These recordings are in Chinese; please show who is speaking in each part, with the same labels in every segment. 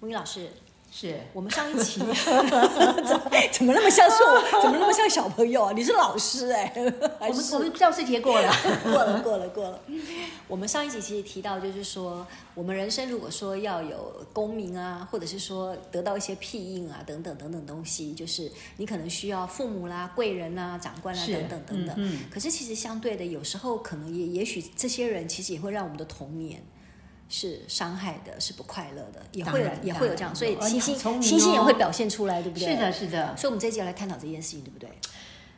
Speaker 1: 木鱼老师，
Speaker 2: 是
Speaker 1: 我们上一 期
Speaker 3: 怎么怎么那么像是我？怎么那么像小朋友啊？你是老师哎、
Speaker 2: 我
Speaker 3: 还
Speaker 2: 们
Speaker 3: 是
Speaker 2: 我们教室 结果了，
Speaker 3: 过了过了过 了，
Speaker 1: 我们上一集其实提到，就是说，我们人生如果说要有功名啊，或者是说得到一些庇应啊，等等等等东西，就是你可能需要父母啦、贵人啦、长官啦
Speaker 2: 是
Speaker 1: 等等等等。
Speaker 2: 嗯嗯
Speaker 1: 可是其实相对的，有时候可能也也许这些人其实也会让我们的童年。是伤害的，是不快乐的，也会有
Speaker 2: 当然
Speaker 1: 也会有这
Speaker 2: 当
Speaker 1: 样，
Speaker 2: 然
Speaker 1: 所以
Speaker 2: 哦
Speaker 1: 星
Speaker 2: 你好
Speaker 1: 星、
Speaker 2: 聪明哦
Speaker 1: 星星也会表现出来，对不对？
Speaker 2: 是的，是的，
Speaker 1: 所以我们这一集要来探讨这件事情，对不对？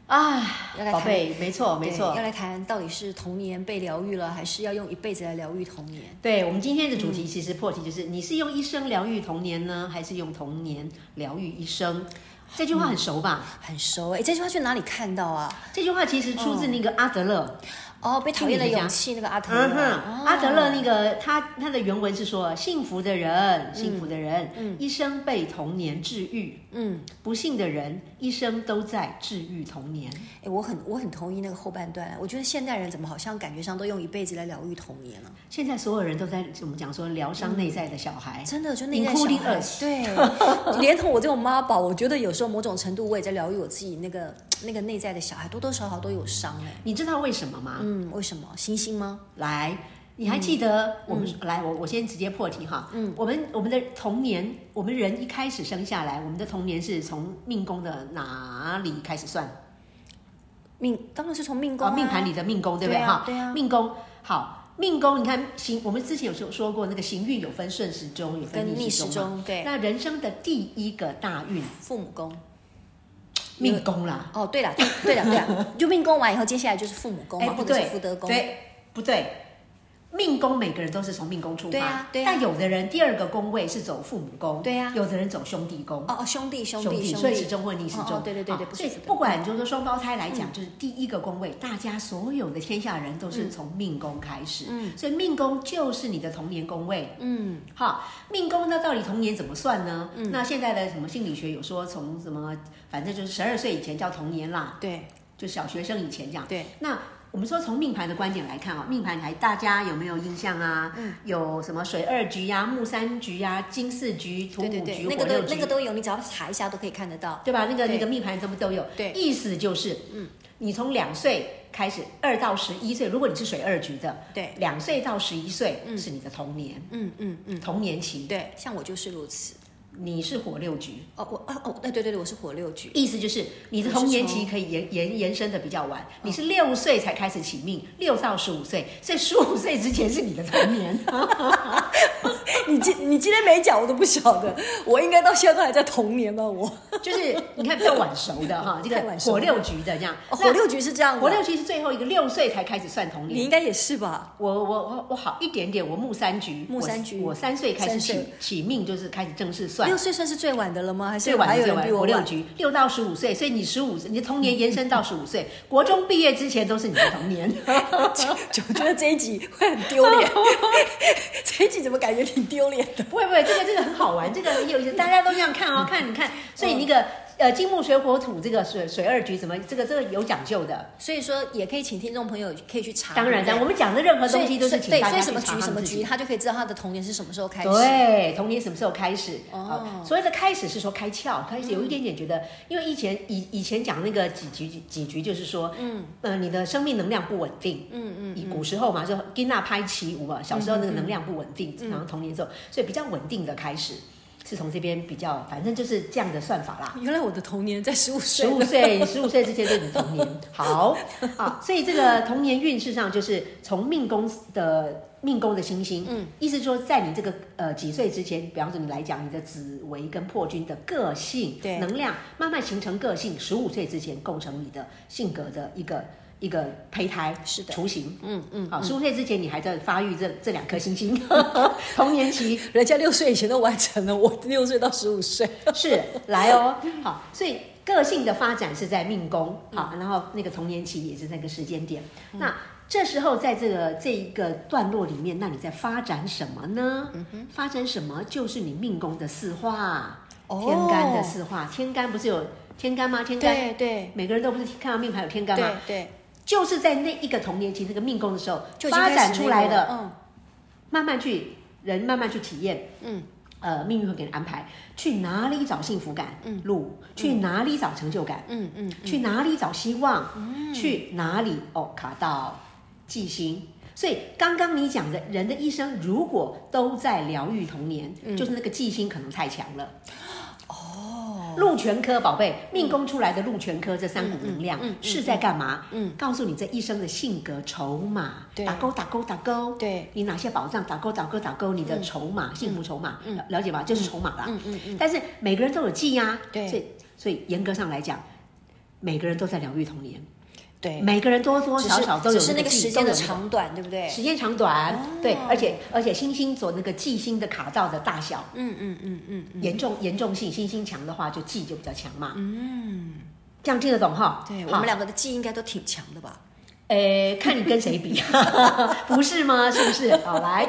Speaker 2: 啊
Speaker 1: 要来，
Speaker 2: 宝
Speaker 1: 谈
Speaker 2: 贝，没错，没
Speaker 1: 对
Speaker 2: 错
Speaker 1: 要，来谈到底是童年被疗愈了，还是要用一辈子来疗愈童年？
Speaker 2: 对我们今天的主题其实破题就是，你是用一生疗愈童年呢，还是用童年疗愈一生？这句话很熟吧？
Speaker 1: 很熟哎、这句话去哪里看到啊？
Speaker 2: 这句话其实出自那
Speaker 4: 嗯
Speaker 2: 个阿德勒，
Speaker 1: 哦，被讨厌的勇气那个阿
Speaker 4: 啊
Speaker 1: 特勒哦
Speaker 2: 嗯哼，阿德勒那个他他的原文是说，幸福的人，幸福的人，
Speaker 4: 嗯
Speaker 2: 一生被童年治愈；
Speaker 1: 嗯，
Speaker 2: 不幸的人，一生都在治愈童年。
Speaker 1: 哎、我很我很同意那个后半段，我觉得现代人怎么好像感觉上都用一辈子来疗愈童年呢、
Speaker 2: 现在所有人都在我们讲说疗伤内在的小孩，
Speaker 1: 真的，就内在小
Speaker 2: Including
Speaker 1: 孩，
Speaker 2: us
Speaker 1: 对，连同我这种妈宝，我觉得有时候某种程度我也在疗愈我自己那个那个内在的小孩，多多少少都有伤哎、
Speaker 2: 你知道为什么吗？
Speaker 1: 嗯，为什么？星星吗？
Speaker 2: 来，你还记
Speaker 1: 嗯
Speaker 2: 得我们、来？我我先直接破题哈。嗯，我们我们的童年，我们人一开始生下来，我们的童年是从命宫的哪里开始算？
Speaker 1: 命当然是从命宫、啊
Speaker 2: 哦，命盘里的命宫，对不
Speaker 1: 对
Speaker 2: 对？
Speaker 1: 啊
Speaker 2: 哈、
Speaker 1: 对啊
Speaker 2: 命宫好，命宫，你看行，我们之前有说说过，那个行运有分顺时钟，有分
Speaker 1: 跟逆时
Speaker 2: 时钟嘛。
Speaker 1: 钟，对，
Speaker 2: 那人生的第一个大运，
Speaker 1: 父母宫。
Speaker 2: 命宫啦。
Speaker 1: 哦，对了，对了，对 了，就命宫完以后，接下来就是父母宫嘛，
Speaker 2: 哎不
Speaker 1: 或者
Speaker 2: 对
Speaker 1: 是福德，宫。
Speaker 2: 对，不对。命宫每个人都是从命宫出发，
Speaker 1: 对啊对啊
Speaker 2: 但有的人第二个宫位是走父母宫，
Speaker 1: 对啊
Speaker 2: 有的人走兄弟宫，
Speaker 1: 哦哦，兄弟兄弟兄
Speaker 2: 顺
Speaker 1: 弟
Speaker 2: 时钟或逆时
Speaker 1: 哦
Speaker 2: 钟
Speaker 1: 哦，对对对对
Speaker 2: 啊
Speaker 1: 不
Speaker 2: 所以
Speaker 1: 是嗯
Speaker 2: 不管就是说双胞胎来讲，就是第一个宫位，大家所有的天下人都是从命宫开始，
Speaker 1: 嗯
Speaker 2: 所以命宫就是你的童年宫位。
Speaker 1: 嗯，
Speaker 2: 哈，命宫那到底童年怎么算呢？
Speaker 1: 嗯
Speaker 2: 那现在的什么心理学有说从什么，反正就是十二岁以前叫童年啦，
Speaker 1: 对
Speaker 2: 就小学生以前这样。
Speaker 1: 对，
Speaker 2: 那我们说从命盘的观点来看啊、命盘还大家有没有印象啊？
Speaker 1: 嗯
Speaker 2: 有什么水二局呀、木三局呀、金四局、土五
Speaker 1: 对对
Speaker 2: 局、
Speaker 1: 对，那
Speaker 2: 火
Speaker 1: 个
Speaker 2: 六
Speaker 1: 都
Speaker 2: 局，
Speaker 1: 那个都有，你只要查一下都可以看得到。
Speaker 2: 对吧？那个
Speaker 1: 对
Speaker 2: 那个命盘怎么都有。
Speaker 1: 对
Speaker 2: 意思就是，嗯，你从两岁开始，二到十一岁，如果你是水二局的，
Speaker 1: 对，
Speaker 2: 两岁到十一岁
Speaker 1: 嗯
Speaker 2: 是你的童年、
Speaker 1: 嗯嗯嗯，
Speaker 2: 童年期。
Speaker 1: 对，像我就是如此。
Speaker 2: 你是火六局，
Speaker 1: 哦，我哦哦，对对对对，我是火六局。
Speaker 2: 意思就是你的童年期可以延延延伸的比较
Speaker 1: 嗯
Speaker 2: 晚，你是六岁才开始起命，六到十五岁，所以十五岁之前是你的童年。
Speaker 3: 你今你今天没讲，我都不晓得，我应该到现在都还在童年吧？我
Speaker 2: 就是你看比较晚熟 的哈，这
Speaker 3: 太
Speaker 2: 个
Speaker 3: 晚熟
Speaker 2: 火
Speaker 3: 了
Speaker 2: 六局的这样，
Speaker 3: 哦火六局是这样
Speaker 2: 那
Speaker 3: 的，
Speaker 2: 火六局是最后一个，六岁才开始算童
Speaker 3: 你应
Speaker 2: 年。
Speaker 3: 该也是吧？
Speaker 2: 我我我我好一点点，我木三局，
Speaker 3: 木三局
Speaker 2: 我我三岁开始
Speaker 3: 三
Speaker 2: 起
Speaker 3: 岁
Speaker 2: 起命，就是开始正式算
Speaker 3: 六。岁算是最晚的了吗？还
Speaker 2: 最
Speaker 3: 是还
Speaker 2: 晚
Speaker 3: 有
Speaker 2: 最
Speaker 3: 人
Speaker 2: 晚
Speaker 3: 比
Speaker 2: 火
Speaker 3: 我
Speaker 2: 六
Speaker 3: 晚？
Speaker 2: 局，六到十五岁，所以你十五，你的童年延伸到十 五岁，国中毕业之前都是你的童年。
Speaker 3: 就我觉得这一集会很丢 脸，这一集怎么感觉挺丢脸的？
Speaker 2: 不会不会，这个这个很好玩，这个有大家都这样看
Speaker 3: 嗯
Speaker 2: 哦，看你看，所以那个呃金木水火土这个水水二局怎么这个这个有讲究
Speaker 3: 啊
Speaker 2: 的，
Speaker 1: 所以说，也可以请听众朋友可以去查。
Speaker 2: 当然
Speaker 1: 对
Speaker 2: 当然我
Speaker 1: 不对
Speaker 2: 们讲的任何
Speaker 1: 所
Speaker 2: 东
Speaker 1: 以
Speaker 2: 西都是请
Speaker 1: 对，
Speaker 2: 大
Speaker 1: 所
Speaker 2: 家
Speaker 1: 以
Speaker 2: 去
Speaker 1: 什么局
Speaker 2: 查他
Speaker 1: 什么
Speaker 2: 们自己
Speaker 1: 局，他就可以知道他的童年是什么时候开始。
Speaker 2: 对，童年什么时候开始？
Speaker 1: 哦
Speaker 2: 哦，所谓的开始是说开窍，开始有一点点觉得，因为以前以以前讲那个几局几局，就是说，嗯，呃，你的生命能量不稳定，嗯嗯，以古时候嘛，就跟那拍起舞啊，小时候那个能量不稳定，然后童年之后，所以比较稳定的开始是从这边比较，反正就是这样的算法啦。
Speaker 3: 原来我的童年在十五岁
Speaker 2: 十
Speaker 3: 了，
Speaker 2: 五岁，十五岁之前就是你的童年。好啊，所以这个童年运势上就是从命宫的命宫的星星，嗯，意思说在你这个呃几岁之前，比方说你来讲，你的紫薇跟破军的个性
Speaker 1: 对
Speaker 2: 能量慢慢形成个性，十五岁之前构成你的性格的一个一个胚胎
Speaker 1: 是的
Speaker 2: 雏形。
Speaker 1: 嗯嗯，
Speaker 2: 好，十五岁之前你还在发育这这两颗星 星，童年期
Speaker 1: 人家六岁以前都完成了，我六岁到十五岁，
Speaker 2: 是来哦，好，所以个性的发展是在命宫，好，
Speaker 1: 嗯
Speaker 2: 然后那个童年期也是那个时间点。那这时候在这个这一个段落里面，那你在发展什么呢？
Speaker 1: 嗯
Speaker 2: 发展什么就是你命宫的四化，
Speaker 1: 哦
Speaker 2: 天干的四化，天干不是有天干吗？天干。
Speaker 1: 对
Speaker 2: 每个人都不是看到命盘有天干吗？
Speaker 1: 对，
Speaker 2: 就是在那一个童年期那个命宫的时候
Speaker 1: 就已经
Speaker 2: 发
Speaker 1: 开始
Speaker 2: 展出来
Speaker 1: 那
Speaker 2: 的
Speaker 1: 个，嗯，
Speaker 2: 慢慢去人慢慢去体验，
Speaker 1: 嗯，
Speaker 2: 呃，命运会给你安排去哪里找幸福感，嗯，路去哪里找成就感，
Speaker 1: 嗯嗯，
Speaker 2: 去哪里找希望，去哪里哦卡到记心。所以刚刚你讲的人的一生，如果都在疗愈童年，
Speaker 1: 嗯
Speaker 2: 就是那个记心可能太强了。哦，禄全科宝贝，
Speaker 1: 嗯
Speaker 2: 命宫出来的禄全科这三股能量、是在干嘛？嗯，告诉你这一生的性格筹码，
Speaker 1: 对
Speaker 2: 打勾打勾打勾，
Speaker 1: 对，
Speaker 2: 你哪些宝藏打勾打勾打勾，你
Speaker 1: 嗯
Speaker 2: 的筹码、幸福筹码，了了解吧？就是筹码啦。嗯嗯但是每个人都有记呀、
Speaker 1: 对
Speaker 2: 所以所以严格上来讲，每个人都在疗愈童年，
Speaker 1: 对，
Speaker 2: 每个人多多
Speaker 1: 只
Speaker 2: 少
Speaker 1: 是
Speaker 2: 少都有
Speaker 1: 只是那个
Speaker 2: 记
Speaker 1: 时间
Speaker 2: 都
Speaker 1: 的
Speaker 2: 有那个
Speaker 1: 长哦短，对不对？
Speaker 2: 时间长短，对，而且而且星星所那个记星的卡到的大小，
Speaker 1: 嗯嗯嗯嗯嗯，
Speaker 2: 严重严重性，星星强的话就记就比较强嘛。嗯，这样听得懂哈？
Speaker 1: 对
Speaker 2: 好
Speaker 1: 我们两个的记忆应该都挺强的吧？
Speaker 2: 诶，呃看你跟 谁比，不是吗？是不是？好，来，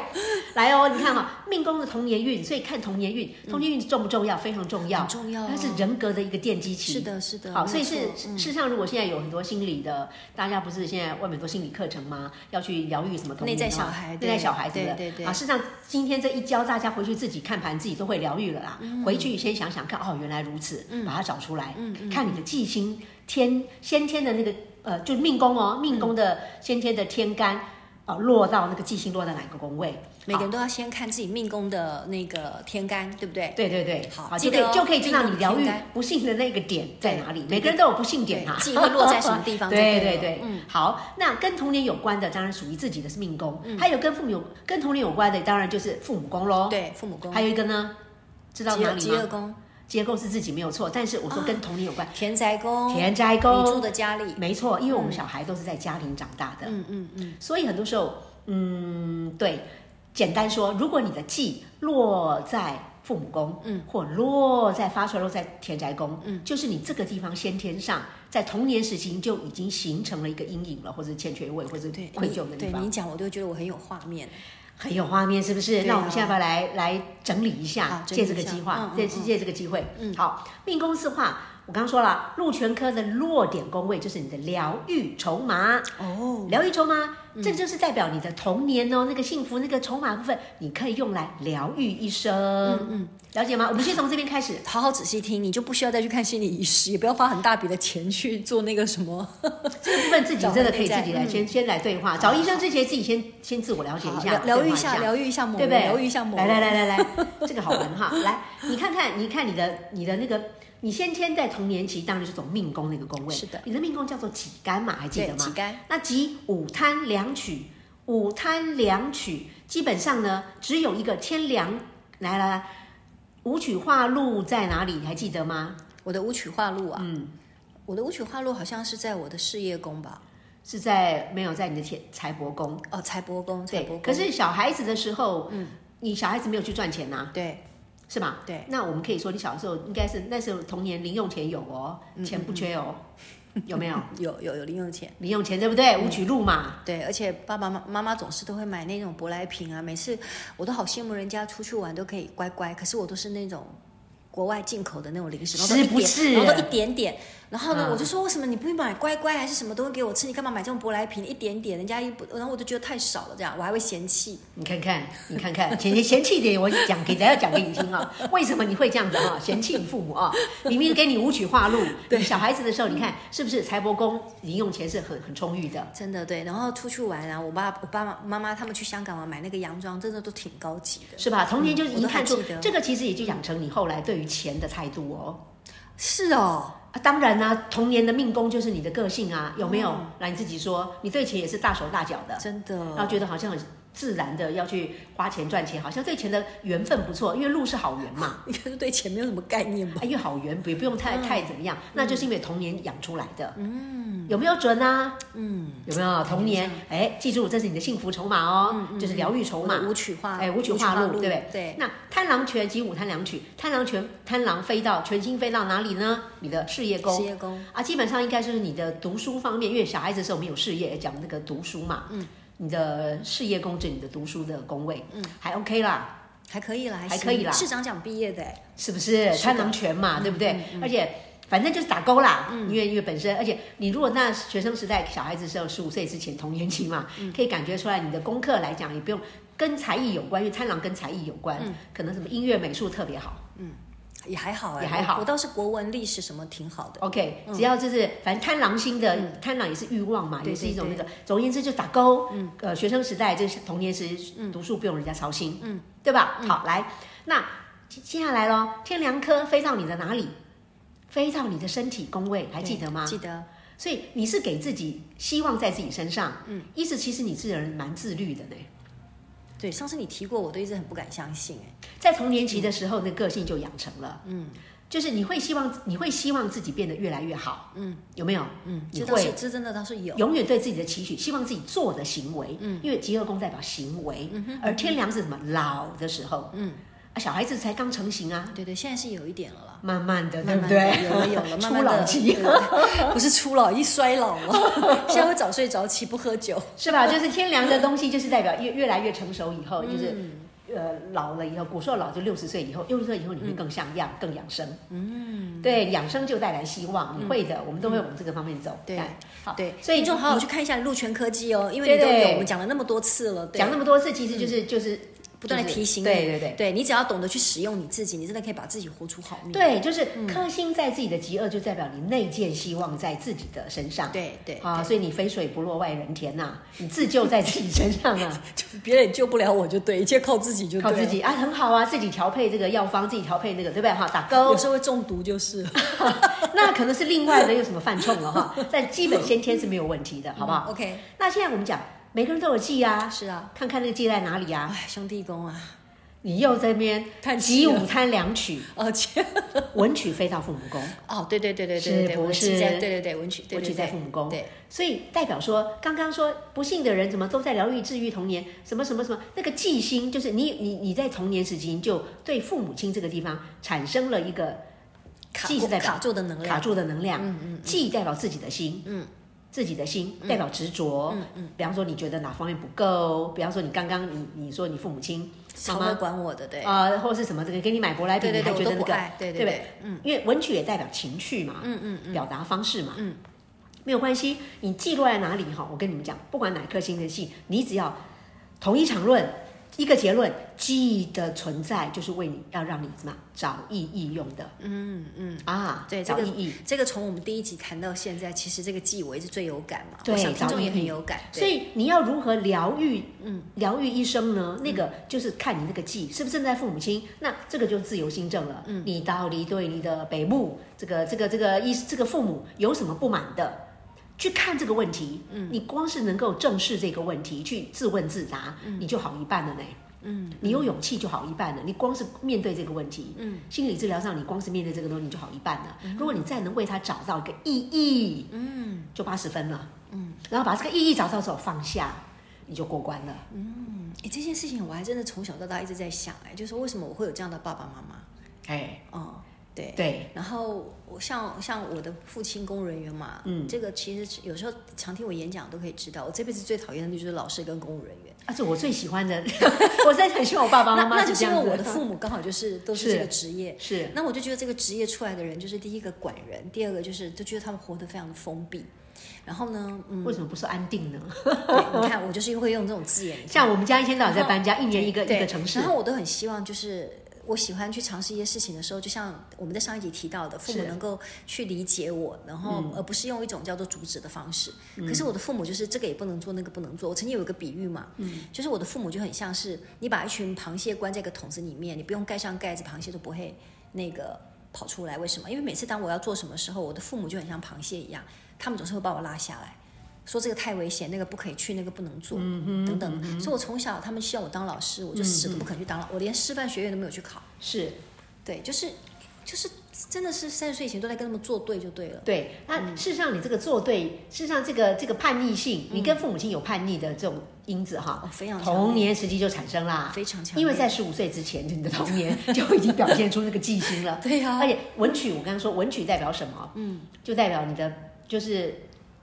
Speaker 2: 来哦，你看哈、命宫的童年运，所以看童年运，童年运重不重要？非常重
Speaker 1: 嗯
Speaker 2: 要，
Speaker 1: 很重要啊
Speaker 2: 它是人格的一个奠基期。
Speaker 1: 是的，是的，
Speaker 2: 好，
Speaker 1: 没
Speaker 2: 所以是
Speaker 1: 错嗯
Speaker 2: 事实上，如果现在有很多心理的，大家不是现在外面很多心理课程吗？要去疗愈什么童年啊
Speaker 1: 内在小孩
Speaker 2: 内
Speaker 1: 对
Speaker 2: 在小孩子的，
Speaker 1: 对对对
Speaker 2: 啊，事实上今天这一教大家回去自己看盘，自己都会疗愈了啦。
Speaker 1: 嗯
Speaker 2: 回去先想想看，哦，原来如此，把它找出来，
Speaker 1: 嗯
Speaker 2: 看你的记星天先天的那个呃，就命宫哦，命宫的先天的天干哦，落到那个记星落在哪个宫位？
Speaker 1: 每个人都要先看自己命宫的那个天干，对不对？
Speaker 2: 对对对，
Speaker 1: 好
Speaker 2: 就
Speaker 1: 记
Speaker 2: 可
Speaker 1: 得
Speaker 2: 以
Speaker 1: 哦
Speaker 2: 就可以知道你疗
Speaker 1: 命宫
Speaker 2: 愈
Speaker 1: 天干
Speaker 2: 不幸的那个点在哪里。
Speaker 1: 对
Speaker 2: 每个人都有不幸点啊，
Speaker 1: 对忌讳落在什么地方就
Speaker 2: 对
Speaker 1: 对
Speaker 2: 对
Speaker 1: 了嗯
Speaker 2: 对，好，那跟童年有关的当然属于自己的命宫，
Speaker 1: 嗯
Speaker 2: 还有跟父母有跟童年有关的当然就是父母宫喽。，
Speaker 1: 对，父母宫，
Speaker 2: 哦还有一个呢，知道
Speaker 1: 极
Speaker 2: 哪
Speaker 1: 恶
Speaker 2: 里
Speaker 1: 极恶
Speaker 2: 吗？
Speaker 1: 宫、
Speaker 2: 结构是自己没有错，但是我说跟童年有关，
Speaker 1: 田宅宫、
Speaker 2: 田宅宫
Speaker 1: 啊你住的嗯家里，
Speaker 2: 没错，因为我们小孩都是在家庭长大的，
Speaker 1: 嗯嗯嗯，
Speaker 2: 所以很多时候，嗯，对，简单说，如果你的忌落在父母宫，嗯，或落在发出来落在田宅宫，嗯，就是你这个地方先天上在童年时期你就已经形成了一个阴影了，或者欠缺位，或者
Speaker 1: 对，
Speaker 2: 愧
Speaker 1: 你
Speaker 2: 疚的地
Speaker 1: 对
Speaker 2: 方
Speaker 1: 你，讲，我都觉得我很有画面。
Speaker 2: 很有画面，是不是？
Speaker 1: 对啊
Speaker 2: 那我们现在要来来整理一
Speaker 1: 好
Speaker 2: 下，
Speaker 1: 整理
Speaker 2: 借
Speaker 1: 一下
Speaker 2: 这个计
Speaker 1: 嗯
Speaker 2: 划，
Speaker 1: 嗯
Speaker 2: 借
Speaker 1: 嗯
Speaker 2: 借这个机会，嗯，好，命宫四化。我刚刚说了，禄全科的落点宫位就是你的疗愈筹码，
Speaker 1: 哦，
Speaker 2: 疗愈筹码，这就是代表你的童年哦，那个幸福那个筹码部分，你可以用来疗愈一生。嗯了解吗？我们先从这边 开始。
Speaker 1: 好好仔细听，你就不需要再去看心理医师，也不要花很大笔的钱去做那个什么。
Speaker 2: 这个部分自己真的可以
Speaker 1: 找嗯回内
Speaker 2: 自己
Speaker 1: 在
Speaker 2: 来先先来对话，找医生之前自己先先自我了解一下，
Speaker 1: 疗疗愈
Speaker 2: 对
Speaker 1: 一
Speaker 2: 话
Speaker 1: 下，疗愈一下某
Speaker 2: 对
Speaker 1: 人，
Speaker 2: 不对？
Speaker 1: 疗愈一下某
Speaker 2: 来
Speaker 1: 人。
Speaker 2: 来来来来， 这个好玩哈！来，你看看，你看你的你的那个，你先天在童年期当然是走命宫那个宫位，
Speaker 1: 是的
Speaker 2: 你的命宫叫做己干嘛，还记得
Speaker 1: 对，
Speaker 2: 吗？
Speaker 1: 几干。
Speaker 2: 那即五贪两取，五贪两取，基本上呢，只有一个天梁。来来来，五曲化禄在哪里？你还记得吗？
Speaker 1: 我的舞曲化禄啊，
Speaker 2: 嗯，
Speaker 1: 我的舞曲化禄好像是在我的事业宫吧？
Speaker 2: 是在没有在你的天财帛宫。
Speaker 1: 哦，财帛宫，财帛
Speaker 2: 对
Speaker 1: 宫。，
Speaker 2: 可是小孩子的时候，嗯，你小孩子没有去赚钱呐、
Speaker 1: 对
Speaker 2: 是吧？
Speaker 1: 对。
Speaker 2: 那我们可以说，你小时候应该是那时候童年零用钱有哦，
Speaker 1: 嗯
Speaker 2: 钱不缺哦，有没有？啊
Speaker 1: 有有有零用钱。
Speaker 2: 零用钱对不对？五曲路嘛，
Speaker 1: 对，而且爸爸妈妈妈总是都会买那种舶来品啊，每次我都好羡慕人家出去玩都可以乖乖，可是我都是那种国外进口的那种零食，然后都
Speaker 2: 是
Speaker 1: 一
Speaker 2: 不
Speaker 1: 点
Speaker 2: 是
Speaker 1: 然后都一点点。然后呢，
Speaker 2: 嗯
Speaker 1: 我就说为什么你不买乖乖还是什么东西给我吃？你干嘛买这种舶来品？一点点，人家一不，然后我就觉得太少了，这样我还会嫌弃。
Speaker 2: 你看看，你看看，嫌嫌弃的我讲给大家讲给你听 啊、为什么你会这样子啊、嫌弃你父母啊、明明给你五曲化禄，你小孩子的时候，你看是不是财帛宫零用钱是很很充裕的？
Speaker 1: 真的对，然后出去玩啊，我爸、我爸妈、妈妈他们去香港玩买那个洋装，真的都挺高级的。
Speaker 2: 是吧？童年就已
Speaker 1: 嗯我
Speaker 2: 经
Speaker 1: 都还
Speaker 2: 看出
Speaker 1: 记得，
Speaker 2: 这个其实也就养成你后来对于钱的态度哦。
Speaker 1: 是哦，
Speaker 2: 啊，当然啦、童年的命宫就是
Speaker 1: 嗯
Speaker 2: 你的个性啊，有没有？来你自己说，你对钱也是大手大脚的，
Speaker 1: 真的。
Speaker 2: 然后觉得好像很自然的要去花钱赚钱，好像对钱的缘分不错，因为路是好缘嘛，
Speaker 1: 应该是对钱没有什么概念吧
Speaker 2: 哎？因为好缘也不用太太怎么样，那就是因为童年养出来的，嗯，有没有准啊？嗯，有没有童年？哎，记住这是你的幸福筹码哦，就是疗愈筹码，
Speaker 1: 舞曲化，
Speaker 2: 哎，舞曲化路，对不对？
Speaker 1: 对，
Speaker 2: 那贪狼拳及舞贪狼曲，贪狼拳贪狼飞到全心飞到哪里呢？你的事业
Speaker 1: 事
Speaker 2: 宫
Speaker 1: 业宫，
Speaker 2: 啊，基本上应该就是你的读书方面，因为小孩子的时候我们有事业讲那个读书嘛，嗯，你的事业宫就是你的读书的宫位，嗯，还 OK 啦，
Speaker 1: 还可以啦，还
Speaker 2: 还
Speaker 1: 行
Speaker 2: 可以啦
Speaker 1: 市长奖毕业的哎，
Speaker 2: 是不是？
Speaker 1: 是的
Speaker 2: 贪狼拳嘛，对不对？而且。反正就是打勾啦，因为因为本身，而且你如果那学生时代小孩子时候十五岁之前童年期嘛，可以感觉出来你的功课来讲也不用跟才艺有关，因为贪狼跟才艺有关，可能什么音乐美术特别好，
Speaker 1: 也还好哎，
Speaker 2: 也还好
Speaker 1: 我我倒是国文、历史什么挺好的。
Speaker 2: OK，只要就是反正贪狼心的、贪狼也是欲望嘛，
Speaker 1: 对
Speaker 2: 也是一种
Speaker 1: 对
Speaker 2: 那个。总而言之，就打勾。嗯，呃，学生时代就是童年时读书不用人家操心，嗯，对吧？好，来，那接接下来咯，天梁科飞到你的哪里？飞到你的身体宫位，还记得吗？
Speaker 1: 记得，
Speaker 2: 所以你是给自己希望在自己身上，嗯，意思其实你这人蛮自律的呢。
Speaker 1: 对，上次你提过，我都一直很不敢相信哎。
Speaker 2: 在童年期的时候，那个性就养成了，嗯，就是你会希望你会希望自己变得越来越好，嗯，有没有？嗯，你
Speaker 1: 这倒是
Speaker 2: 会。
Speaker 1: 这真的倒是有，
Speaker 2: 永远对自己的期许，希望自己做的行为，嗯，因为极恶宫代表行为，嗯、而天梁是什么？老的时候，嗯，啊，小孩子才刚成型啊，
Speaker 1: 对对，现在是有一点了啦。
Speaker 2: 慢慢的，
Speaker 1: 慢慢
Speaker 2: 对不
Speaker 1: 的
Speaker 2: 嗯对？
Speaker 1: 有了有 了，慢慢
Speaker 2: 初老
Speaker 1: 的
Speaker 2: 期
Speaker 1: 不是初老，一衰老了。 现在会早睡早起，不喝酒。
Speaker 2: 是吧？就是天梁的东西，就是代表越越来越成熟以
Speaker 1: 嗯
Speaker 2: 后，就是。呃，老了以后，古兽老就六十岁以后，六十岁以后你会更像样，更养生。嗯，对，养生就带来希望，你会的，我们都会往这个方面走。
Speaker 1: 嗯对
Speaker 2: 哎，好，
Speaker 1: 对，
Speaker 2: 所以
Speaker 1: 听众好好
Speaker 2: 你
Speaker 1: 去看一下鹿泉科技哦，因为
Speaker 2: 对
Speaker 1: 你都有
Speaker 2: 对
Speaker 1: 我们讲了那么多次了，对
Speaker 2: 讲那么多次，其实就是就是
Speaker 1: 不断的提醒你，
Speaker 2: 对对对，
Speaker 1: 对你只要懂得去使用你自己，你真的可以把自己活出好命。
Speaker 2: 对，就是
Speaker 1: 嗯
Speaker 2: 克星在自己的极恶，就代表你内建希望在自己的身上。
Speaker 1: 对对
Speaker 2: 啊，所以你肥水不落外人田呐、 你自救在自己身上啊，
Speaker 1: 对别人也救不了我就对，一切靠自己就
Speaker 2: 靠
Speaker 1: 对了
Speaker 2: 自己啊，很好啊，自己调配这个药方，自己调配那个，对不对？哈，打勾
Speaker 1: 有，时候会中毒就是了。
Speaker 2: 那可能是另外的有什么犯冲了哈， 但基本先天是没有问题的，好不好？
Speaker 1: OK，
Speaker 2: 那现在我们讲，每个人都有忌啊，
Speaker 1: 是啊，
Speaker 2: 看看那个忌在哪里啊？
Speaker 1: 哎，兄弟宫啊，
Speaker 2: 你又在那边
Speaker 1: 叹气
Speaker 2: 集
Speaker 1: 了
Speaker 2: 舞贪两曲，
Speaker 1: 哦，切
Speaker 2: 文曲飞到父母宫。
Speaker 1: 哦，对对对对
Speaker 2: 是
Speaker 1: 对对，
Speaker 2: 不
Speaker 1: 文曲
Speaker 2: 是
Speaker 1: 在对对对文曲，对
Speaker 2: 我
Speaker 1: 对
Speaker 2: 去在
Speaker 1: 对
Speaker 2: 父母宫，
Speaker 1: 对，
Speaker 2: 所以代表说，刚刚说不幸的人怎么都在疗愈、治愈童年，什么什么什么，那个记心就是你你你在童年时期你就对父母亲这个地方产生了一个
Speaker 1: 卡
Speaker 2: 记是
Speaker 1: 住
Speaker 2: 代表
Speaker 1: 卡住的能
Speaker 2: 卡
Speaker 1: 量，
Speaker 2: 住的能量，嗯嗯，记代表自己的心，嗯。自己的心代表执着，嗯嗯，比方说你觉得哪方面不够，比方说你刚刚你你说你父母亲妈
Speaker 1: 超
Speaker 2: 妈
Speaker 1: 会管我的，对，
Speaker 2: 呃，或是什么这个给你买舶来品，
Speaker 1: 对对对我
Speaker 2: 你还觉得
Speaker 1: 都
Speaker 2: 那
Speaker 1: 不
Speaker 2: 个
Speaker 1: 爱对对
Speaker 2: 不
Speaker 1: 对
Speaker 2: 对？嗯，因为文曲也代表情绪嘛，嗯嗯表达方式嘛，嗯，没有关系，你记录在哪里哈？我跟你们讲，不管哪颗星的戏，你只要同一场论。一个结论，记忆的存在就是为你要让你什么找意义用的，嗯嗯啊，
Speaker 1: 对这
Speaker 2: 找
Speaker 1: 个
Speaker 2: 意义，
Speaker 1: 嗯这个从我们第一集谈到现在，其实这个季我一直最有感嘛，
Speaker 2: 对
Speaker 1: 我想听众也
Speaker 2: 找意
Speaker 1: 很
Speaker 2: 义
Speaker 1: 有感，对
Speaker 2: 所以你要如何疗愈，嗯，疗愈一生呢？那个就是看你那个记是不是正在父母亲，那这个就自由心证了。嗯，你到底对你的北部这个这个这个一这个父母有什么不满的？去看这个问题，嗯，你光是能够正视这个问题，去自问自答，你就好一半了呢。嗯，你有勇气就好一半了。你光是面对这个问题，嗯，心理治疗上你光是面对这个东西你就好一半了。如果你再能为它找到一个意义，嗯，就八十分了。然后把这个意义找到之后放下，你就过关了。
Speaker 1: 哎，这件事情我还真的从小到大一直在想，哎，就是为什么我会有这样的爸爸妈妈？
Speaker 2: 哎，
Speaker 1: 哦，对。
Speaker 2: 对，
Speaker 1: 然后我像像我的父亲公务人员嘛，
Speaker 2: 嗯
Speaker 1: 这个其实有时候常听我演讲都可以知道，我这辈子最讨厌的就是老师跟公务人员。
Speaker 2: 而且啊我最喜欢的， 我真的很希望我爸爸
Speaker 1: 那
Speaker 2: 妈妈
Speaker 1: 那就是
Speaker 2: 这
Speaker 1: 因为
Speaker 2: 样子
Speaker 1: 我的父母刚好就是都是
Speaker 2: 是
Speaker 1: 这个职业，
Speaker 2: 是
Speaker 1: 那我就觉得这个职业出来的人，就是第一个管人，第二个就是就觉得他们活得非常的封闭。然后呢，嗯，
Speaker 2: 为什么不说安定呢？
Speaker 1: 对你看我就是会用这种字眼，
Speaker 2: 像我们家一天到晚在搬家，一年一个
Speaker 1: 对
Speaker 2: 一个城市
Speaker 1: 然，后我都很希望，就是我喜欢去尝试一些事情的时候，就像我们在上一集提到的，父母
Speaker 2: 是
Speaker 1: 能够去理解我，然后
Speaker 2: 嗯
Speaker 1: 而不是用一种叫做阻止的方式。可是我的父母就是这个也不能做，那个不能做。我曾经有一个比喻嘛，
Speaker 2: 嗯
Speaker 1: 就是我的父母就很像是你把一群螃蟹关在一个桶子里面，你不用盖上盖子，螃蟹都不会那个。跑出来为什么？因为每次当我要做什么时候，我的父母就很像螃蟹一样，他们总是会把我拉下来，说这个太危险，那个不可以去，那个不能做，
Speaker 2: 嗯
Speaker 1: 等等。所以我从小他们希望我当老师，我就死都不肯去当老，我连师范学院都没有去考。
Speaker 2: 是
Speaker 1: 对，就是就是真的是三十岁以前都在跟他们作对就对了。
Speaker 2: 对。那
Speaker 1: 嗯
Speaker 2: 事实上，你这个做对，事实上这个这个叛逆性，
Speaker 1: 嗯
Speaker 2: 你跟父母亲有叛逆的这种因子哈
Speaker 1: 哦，非常强烈
Speaker 2: 童年时期就产生啦，
Speaker 1: 非常强烈
Speaker 2: 因为在十五岁之前，你的童年 就已经表现出那个记心了。
Speaker 1: 对呀
Speaker 2: 而且文曲，我刚刚说文曲代表什么？嗯，就代表你的就是。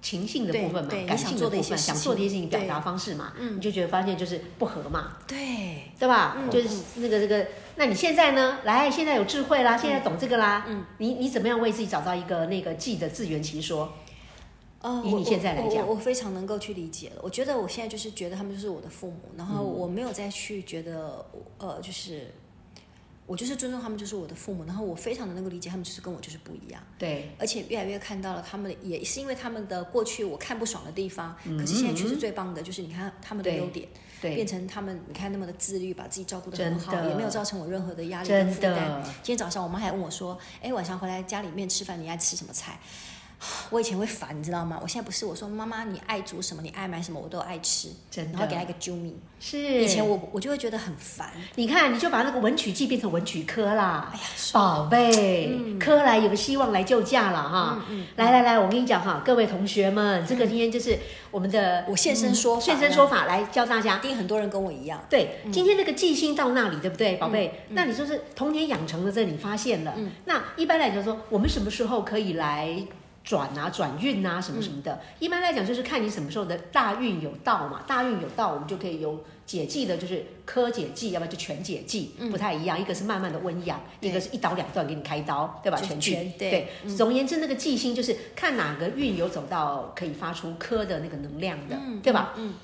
Speaker 2: 情性的部分嘛
Speaker 1: 对对，
Speaker 2: 感
Speaker 1: 你想
Speaker 2: 性的
Speaker 1: 做的
Speaker 2: 部
Speaker 1: 一些
Speaker 2: 分，
Speaker 1: 事
Speaker 2: 想
Speaker 1: 情
Speaker 2: 做的一些事情，表
Speaker 1: 对嗯
Speaker 2: 达方式嘛，你就觉得发现就是不合嘛，
Speaker 1: 对，
Speaker 2: 对吧？
Speaker 1: 嗯
Speaker 2: 就是那个这个，那你现在呢？来，现在有智慧啦，现在懂这个啦，嗯，你你怎么样为自己找到一个那个记的自圆其说？
Speaker 1: 呃，
Speaker 2: 以
Speaker 1: 我
Speaker 2: 你现在来
Speaker 1: 我
Speaker 2: 讲
Speaker 1: 我我非常能够去理解了。我觉得我现在就是觉得他们就是我的父母，然后
Speaker 2: 嗯
Speaker 1: 我没有再去觉得呃，就是我就是尊重他们就是我的父母，然后我非常的能够理解他们就是跟我就是不一样。
Speaker 2: 对，
Speaker 1: 而且越来越看到了他们的，也是因为他们的过去我看不爽的地方，可是现在却是最棒的，就是你看他们的
Speaker 2: 对
Speaker 1: 优点，
Speaker 2: 嗯对
Speaker 1: 变成他们你看那么的自律，把自己照顾得很好
Speaker 2: 真，的
Speaker 1: 也没有造成我任何的压力
Speaker 2: 真
Speaker 1: 跟
Speaker 2: 的
Speaker 1: 负担。今天早上我妈还问我说：“哎，晚上回来家里面吃饭，你爱吃什么菜？”我以前会烦，你知道吗？我现在不是，我说妈妈，你爱煮什么，你爱买什么，我都爱吃，
Speaker 2: 真的
Speaker 1: 然后给她一个啾咪。
Speaker 2: 是
Speaker 1: 以前我我就会觉得很烦，
Speaker 2: 你看，你就把那个文曲记变成文曲科啦，
Speaker 1: 哎呀是
Speaker 2: 宝贝，
Speaker 1: 嗯
Speaker 2: 科来有个希望来救驾了哈。来来来，我跟你讲哈，各位同学们，这个今天就是我们的
Speaker 1: 嗯我现身说法
Speaker 2: 嗯现身说法来教大家
Speaker 1: 一。定很多人跟我一样。
Speaker 2: 对，今天那个记性到那里，对不对，宝贝？那你就是童年养成的这你发现了。那一般来讲说，我们什么时候可以来转啊、转运啊什么什么的？一般来讲就是看你什么时候的大运有到嘛，大运有到，我们就可以有解剂的，就是科解剂，要不然就全解剂，不太一样。一个是慢慢的温养，一个是一刀两断给你开刀，对吧？嗯
Speaker 1: 就是
Speaker 2: 全剧
Speaker 1: 全对
Speaker 2: 总而言之，那个记性就是看哪个运有走到可以发出科的那个能量的，对吧？嗯。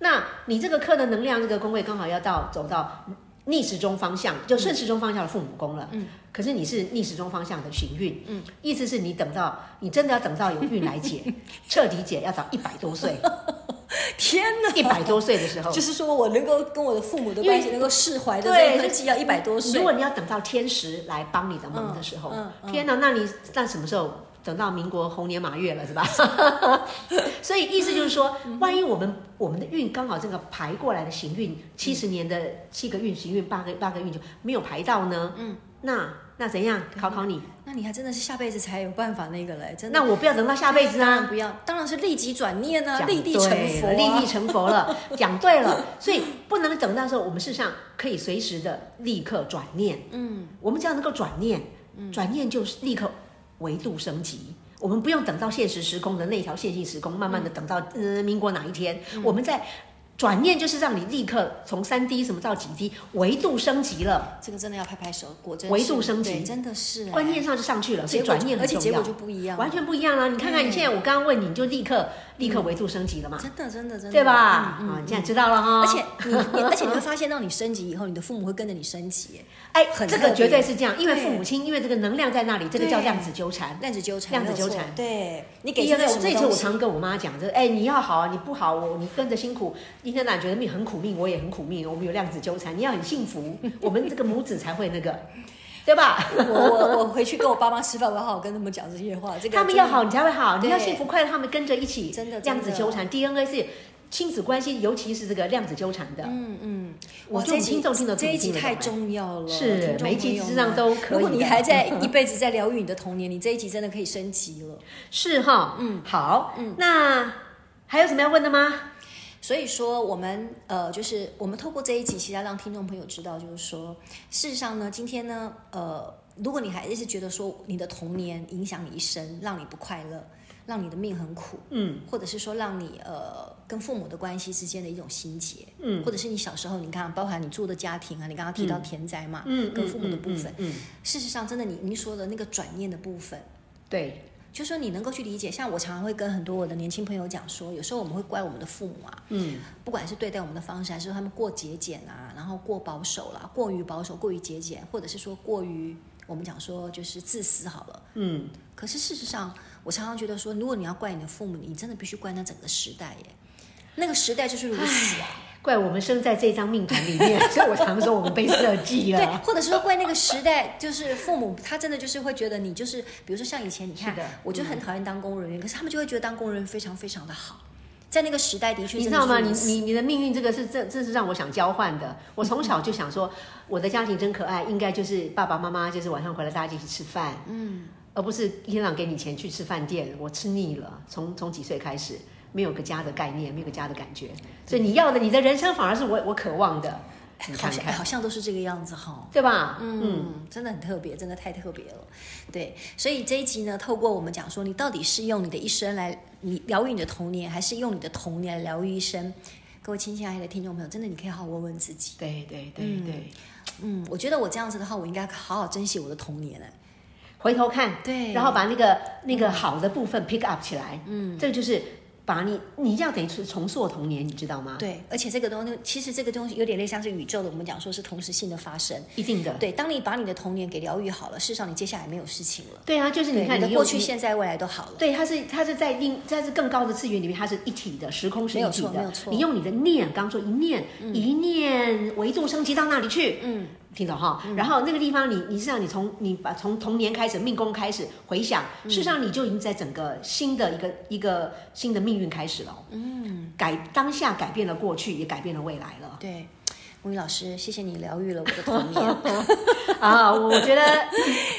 Speaker 2: 那你这个科的能量，这个宫位刚好要到走到逆时钟方向，就顺时钟方向的父母宫了。嗯，可是你是逆时钟方向的行运，嗯，意思是你等到你真的要等到有运来 解，彻底解要到一百多岁，
Speaker 1: 天哪！
Speaker 2: 一百多岁的时候，
Speaker 1: 就是说我能够跟我的父母的
Speaker 2: 嗯因为
Speaker 1: 关系能够释怀的
Speaker 2: 对
Speaker 1: 这个记要一百多岁
Speaker 2: 如，果你要等到天时来帮你的忙的时候，
Speaker 1: 嗯
Speaker 2: 天哪，那你那什么时候等到民国猴年马月了是 吧？所以意思就是说，
Speaker 1: 嗯
Speaker 2: 万一我们我们的运刚好这个排过来的行运，七十年的七个运行运八个八个运就没有排到呢？嗯，那那怎样？考考你，
Speaker 1: 那你还真的是下辈子才有办法那个嘞，真的。
Speaker 2: 那我不要等到下辈子
Speaker 1: 当然
Speaker 2: 啊。
Speaker 1: 不要，当然是立即转念啊，
Speaker 2: 讲
Speaker 1: 立地成佛、
Speaker 2: 对了
Speaker 1: 啊，
Speaker 2: 立地成 佛了，讲对了，所以不能等到时候，我们事实上可以随时的立刻转念，嗯，我们只要能够转念，
Speaker 1: 嗯
Speaker 2: 转念就是立刻维度升级。我们不用等到现实时空的那条线性时空，慢慢
Speaker 1: 嗯
Speaker 2: 的等到呃民国哪一天，我们在转念就是让你立刻从三 D 什么到几 D 维度升级了，
Speaker 1: 这个真的要拍拍手，果真是
Speaker 2: 维度升级
Speaker 1: 对真的是哎
Speaker 2: 观念上就上去了，所
Speaker 1: 结
Speaker 2: 以
Speaker 1: 果
Speaker 2: 转念
Speaker 1: 而
Speaker 2: 很
Speaker 1: 且
Speaker 2: 重
Speaker 1: 结果
Speaker 2: 要
Speaker 1: 就，不一样，嗯
Speaker 2: 完全不一样啊了。你看看你现在我刚刚问你，你就立刻立刻维度升级了嘛？
Speaker 1: 真的真的真的
Speaker 2: 对吧？
Speaker 1: 嗯嗯
Speaker 2: 嗯
Speaker 1: 嗯
Speaker 2: 啊，你现在知道了哈。
Speaker 1: 而且你你，而且你会发现，到你升级以后，你的父母会跟着你升级，
Speaker 2: 哎，
Speaker 1: 很
Speaker 2: 这
Speaker 1: 特
Speaker 2: 个
Speaker 1: 别
Speaker 2: 绝对是这样，因为
Speaker 1: 对
Speaker 2: 父母亲因为这个能量在那里，这个
Speaker 1: 对
Speaker 2: 叫量子纠缠。
Speaker 1: 量子纠缠，
Speaker 2: 量子
Speaker 1: 没有
Speaker 2: 纠
Speaker 1: 错
Speaker 2: 缠
Speaker 1: 对你给
Speaker 2: 因
Speaker 1: 出
Speaker 2: 为
Speaker 1: 的
Speaker 2: 我
Speaker 1: 什么
Speaker 2: 这次
Speaker 1: 东
Speaker 2: 我
Speaker 1: 西，
Speaker 2: 常跟我妈讲，就是哎，你要好啊，你不好，我你跟着辛苦，今天哪觉得命很苦命，我也很苦命，我们有量子纠缠，你要很幸福， 我们这个母子才会那个，对吧？
Speaker 1: 我我我回去跟我爸妈吃饭，我要好好跟他们讲这些话。这个
Speaker 2: 他们
Speaker 1: 真的
Speaker 2: 要好，你才会好，你要
Speaker 1: 对
Speaker 2: 幸福快乐，他们跟着一起，
Speaker 1: 真的真的
Speaker 2: 量子纠缠 DNA 是亲子关系，尤其是这个量子纠缠的，
Speaker 1: 嗯
Speaker 2: 我
Speaker 1: 哇，
Speaker 2: 就
Speaker 1: 这一集
Speaker 2: 听众听得懂
Speaker 1: 这一集
Speaker 2: 听得懂
Speaker 1: 太
Speaker 2: 哎
Speaker 1: 重要了，
Speaker 2: 是
Speaker 1: 听众
Speaker 2: 每一集
Speaker 1: 朋友
Speaker 2: 之上
Speaker 1: 们
Speaker 2: 都可以啊
Speaker 1: 如果你
Speaker 2: 的
Speaker 1: 还在一辈子在疗愈你的童年，你这一集真的可以升级了。
Speaker 2: 是哈，嗯，好，嗯，那还有什么要问的吗？
Speaker 1: 所以说，我们呃，就是我们透过这一集，其实要让听众朋友知道，就是说，事实上呢，今天呢，呃，如果你还是觉得说你的童年影响你一生，让你不快乐，让你的命很苦，
Speaker 2: 嗯，
Speaker 1: 或者是说让你呃跟父母的关系之间的一种心结，嗯，或者是你小时候，你看包含你住的家庭啊，你刚刚提到田宅嘛，
Speaker 2: 嗯，
Speaker 1: 跟父母的部分，
Speaker 2: 嗯，嗯嗯
Speaker 1: 事实上，真的你你说的那个转念的部分，
Speaker 2: 对，
Speaker 1: 就说你能够去理解。像我常常会跟很多我的年轻朋友讲说，有时候我们会怪我们的父母啊，
Speaker 2: 嗯，
Speaker 1: 不管是对待我们的方式，还是说他们过节俭啊，然后过保守啦，过于保守，过于节俭，或者是说过于我们讲说就是自私好了。
Speaker 2: 嗯，
Speaker 1: 可是事实上，我常常觉得说，如果你要怪你的父母，你真的必须怪那整个时代耶。那个时代就是如此啊，
Speaker 2: 怪我们生在这张命盘 里面，所以我常说我们被设计
Speaker 1: 对，
Speaker 2: 了。
Speaker 1: 或者是说怪那个时代，就是父母他真的就是会觉得你就是，比如说像以前你看
Speaker 2: 是的，嗯
Speaker 1: 我就很讨厌当工人员，可是他们就会觉得当工人非常非常的好。在那个时代的确
Speaker 2: 你
Speaker 1: 真
Speaker 2: 知
Speaker 1: 的
Speaker 2: 道
Speaker 1: 是如
Speaker 2: 吗？
Speaker 1: 此，
Speaker 2: 你你你的命运，这个是这这是让我想交换的。我从小就想说，我的家庭真可爱，应该就是爸爸妈妈就是晚上回来大家一起吃饭，嗯，而不是一天到晚给你钱去吃饭店。我吃腻了，从从几岁开始没有个家的概念，没有个家的感觉。所以你要的，你的人生反而是我我渴望的。你
Speaker 1: 好
Speaker 2: 看
Speaker 1: 像
Speaker 2: 看
Speaker 1: 好，像都是这个样子哈。
Speaker 2: 对吧？嗯，
Speaker 1: 嗯，真的很特别，真的太特别了。对，所以这一集呢，透过我们讲说，你到底是用你的一生来你疗愈你的童年，还是用你的童年来疗愈一生？各位亲亲爱的听众朋友，真的你可以好好问问自己。
Speaker 2: 对对对对，
Speaker 1: 嗯，我觉得我这样子的话，我应该好好珍惜我的童年哎。
Speaker 2: 回头看，
Speaker 1: 对
Speaker 2: 然后把那个那个好的部分 pick up 起来，嗯，这个就是把你你要等于是重塑童年，你知道吗？
Speaker 1: 对，而且这个东西，其实这个东西有点类像是宇宙的，我们讲说是同时性的发生。
Speaker 2: 一定的，
Speaker 1: 对，当你把你的童年给疗愈好了，事实上你接下来没有事情了。
Speaker 2: 对啊，就是
Speaker 1: 对，
Speaker 2: 你看
Speaker 1: 的
Speaker 2: 你
Speaker 1: 过
Speaker 2: 用
Speaker 1: 去、
Speaker 2: 你
Speaker 1: 现在、未来都好了。
Speaker 2: 对，它是它是在另在这更高的次元里面，它是一体的，时空是
Speaker 1: 没有
Speaker 2: 一体
Speaker 1: 错没有
Speaker 2: 的。
Speaker 1: 错嗯
Speaker 2: 你用你的念，刚说一念、一念为众升级到那里去，嗯，听懂哈？然后那个地方你，你实际上你从你把从童年开始，命宫开始回想，
Speaker 1: 嗯
Speaker 2: 事实上你就已经在整个新的一个一个新的命运开始了，嗯，改当下改变了过去，也改变了未来了
Speaker 1: 对，木鱼老师，谢谢你疗愈了我的童年。
Speaker 2: 啊！我觉得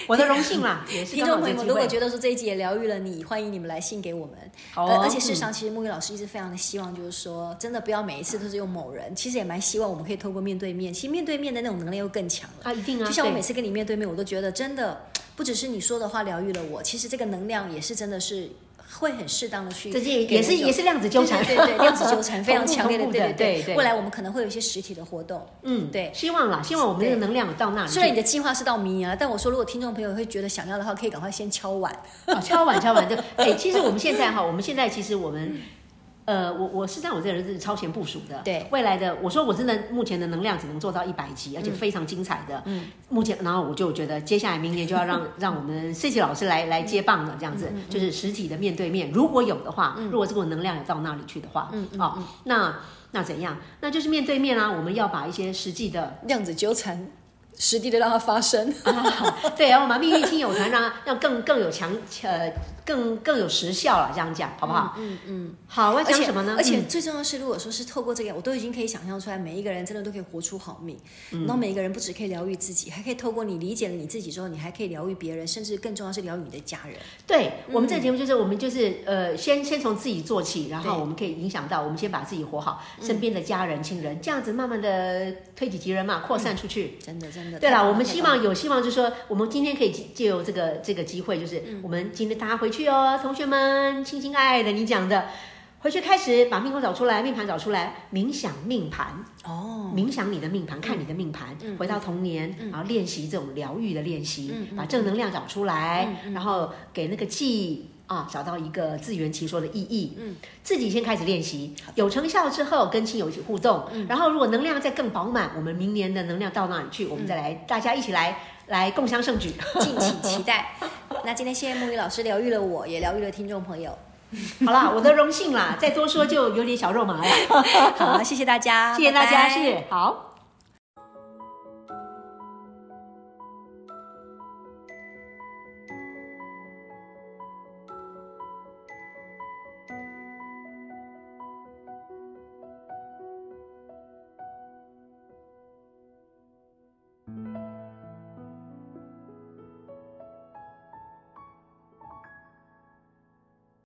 Speaker 2: 我的荣幸啦，也是
Speaker 1: 听
Speaker 2: 刚
Speaker 1: 众
Speaker 2: 好
Speaker 1: 朋
Speaker 2: 这
Speaker 1: 友
Speaker 2: 机
Speaker 1: 们，
Speaker 2: 会
Speaker 1: 如果觉得说这一集也疗愈了你，欢迎你们来信给我们。
Speaker 2: 好
Speaker 1: 呃
Speaker 2: 哦
Speaker 1: 而且事实
Speaker 2: 嗯
Speaker 1: 上，其实木鱼老师一直非常的希望，就是说，真的不要每一次都是用某人，其实也蛮希望我们可以透过面对面，其实面对面的那种能力又更强了。
Speaker 2: 啊，一定啊，
Speaker 1: 就像我
Speaker 2: 对
Speaker 1: 每次跟你面对面，我都觉得真的不只是你说的话疗愈了我，其实这个能量也是真的是会很适当的去
Speaker 2: 这
Speaker 1: 给
Speaker 2: 些
Speaker 1: 人一种，
Speaker 2: 也是也是量子纠缠，
Speaker 1: 对对对，量子纠 缠非常强烈的，
Speaker 2: 同步
Speaker 1: 对
Speaker 2: 同步
Speaker 1: 对
Speaker 2: 对对。
Speaker 1: 未来我们可能会有一些实体的活动，
Speaker 2: 嗯
Speaker 1: 对
Speaker 2: 希望啦，希望我们这个能量有到那里去。
Speaker 1: 虽然你的计划是到明年了，但我说如果听众朋友会觉得想要的话，可以赶快先敲碗。
Speaker 2: 哦敲碗敲碗就，哎，其实我们现在哈，我们现在其实我们。呃，我我是让我这个人是超前部署的，
Speaker 1: 对
Speaker 2: 未来的，我说我真的目前的能量只能做到一百集，而且非常精彩的，嗯，目前，然后我就觉得接下来明年就要让 让我们 C C 老师来来接棒了，这样子，就是实体的面对面，如果有的话，如果这个能量有到那里去的话，嗯，哦，那那怎样？那就是面对面啊，我们要把一些实际的
Speaker 1: 量子纠缠，实地的让它发生。
Speaker 2: 啊 对，然后我们命运亲友团让让更更有强呃更更有时效了，这样讲好不好？嗯嗯，好，我要
Speaker 1: 而
Speaker 2: 讲
Speaker 1: 且
Speaker 2: 什么呢？
Speaker 1: 而且
Speaker 2: 嗯
Speaker 1: 最重要的是，如果说是透过这个，我都已经可以想象出来，每一个人真的都可以活出好命。
Speaker 2: 嗯
Speaker 1: 然后每一个人不只可以疗愈自己，还可以透过你理解了你自己之后，你还可以疗愈别人，甚至更重要是疗愈你的家人。
Speaker 2: 对
Speaker 1: 嗯
Speaker 2: 我们这个节目就是我们就是呃先先从自己做起，然后
Speaker 1: 对
Speaker 2: 我们可以影响到我们先把自己活好，身边的家人亲人，这样子慢慢的推己及人嘛，扩散出去。
Speaker 1: 真的，真的。
Speaker 2: 对
Speaker 1: 嗯太
Speaker 2: 啦，
Speaker 1: 棒
Speaker 2: 我们
Speaker 1: 太
Speaker 2: 希
Speaker 1: 棒了
Speaker 2: 望有希望，就是说，我们今天可以借借由这个这个机会，就是
Speaker 1: 嗯
Speaker 2: 我们今天大家回去哦，同学们，亲亲爱爱的，你讲的，回去开始把命宫找出来，命盘找出来，冥想命盘哦，嗯冥想你的命盘，看你的命盘，回到童年，然后练习这种疗愈的练习，把正能量找出来，然后给那个记。啊，找到一个自圆其说的意义，嗯，自己先开始练习，有成效之后跟亲友一起互动，然后如果能量再更饱满，我们明年的能量到那里去，我们再来，大家一起来来共襄盛举。
Speaker 1: 敬请期待。那今天谢谢木鱼老师疗愈了我，也疗愈了听众朋友。
Speaker 2: 好啦，我的荣幸啦，再多说就有点小肉麻了，
Speaker 1: 好，谢谢大家，
Speaker 2: 谢谢大家，
Speaker 1: 拜拜
Speaker 2: 是好。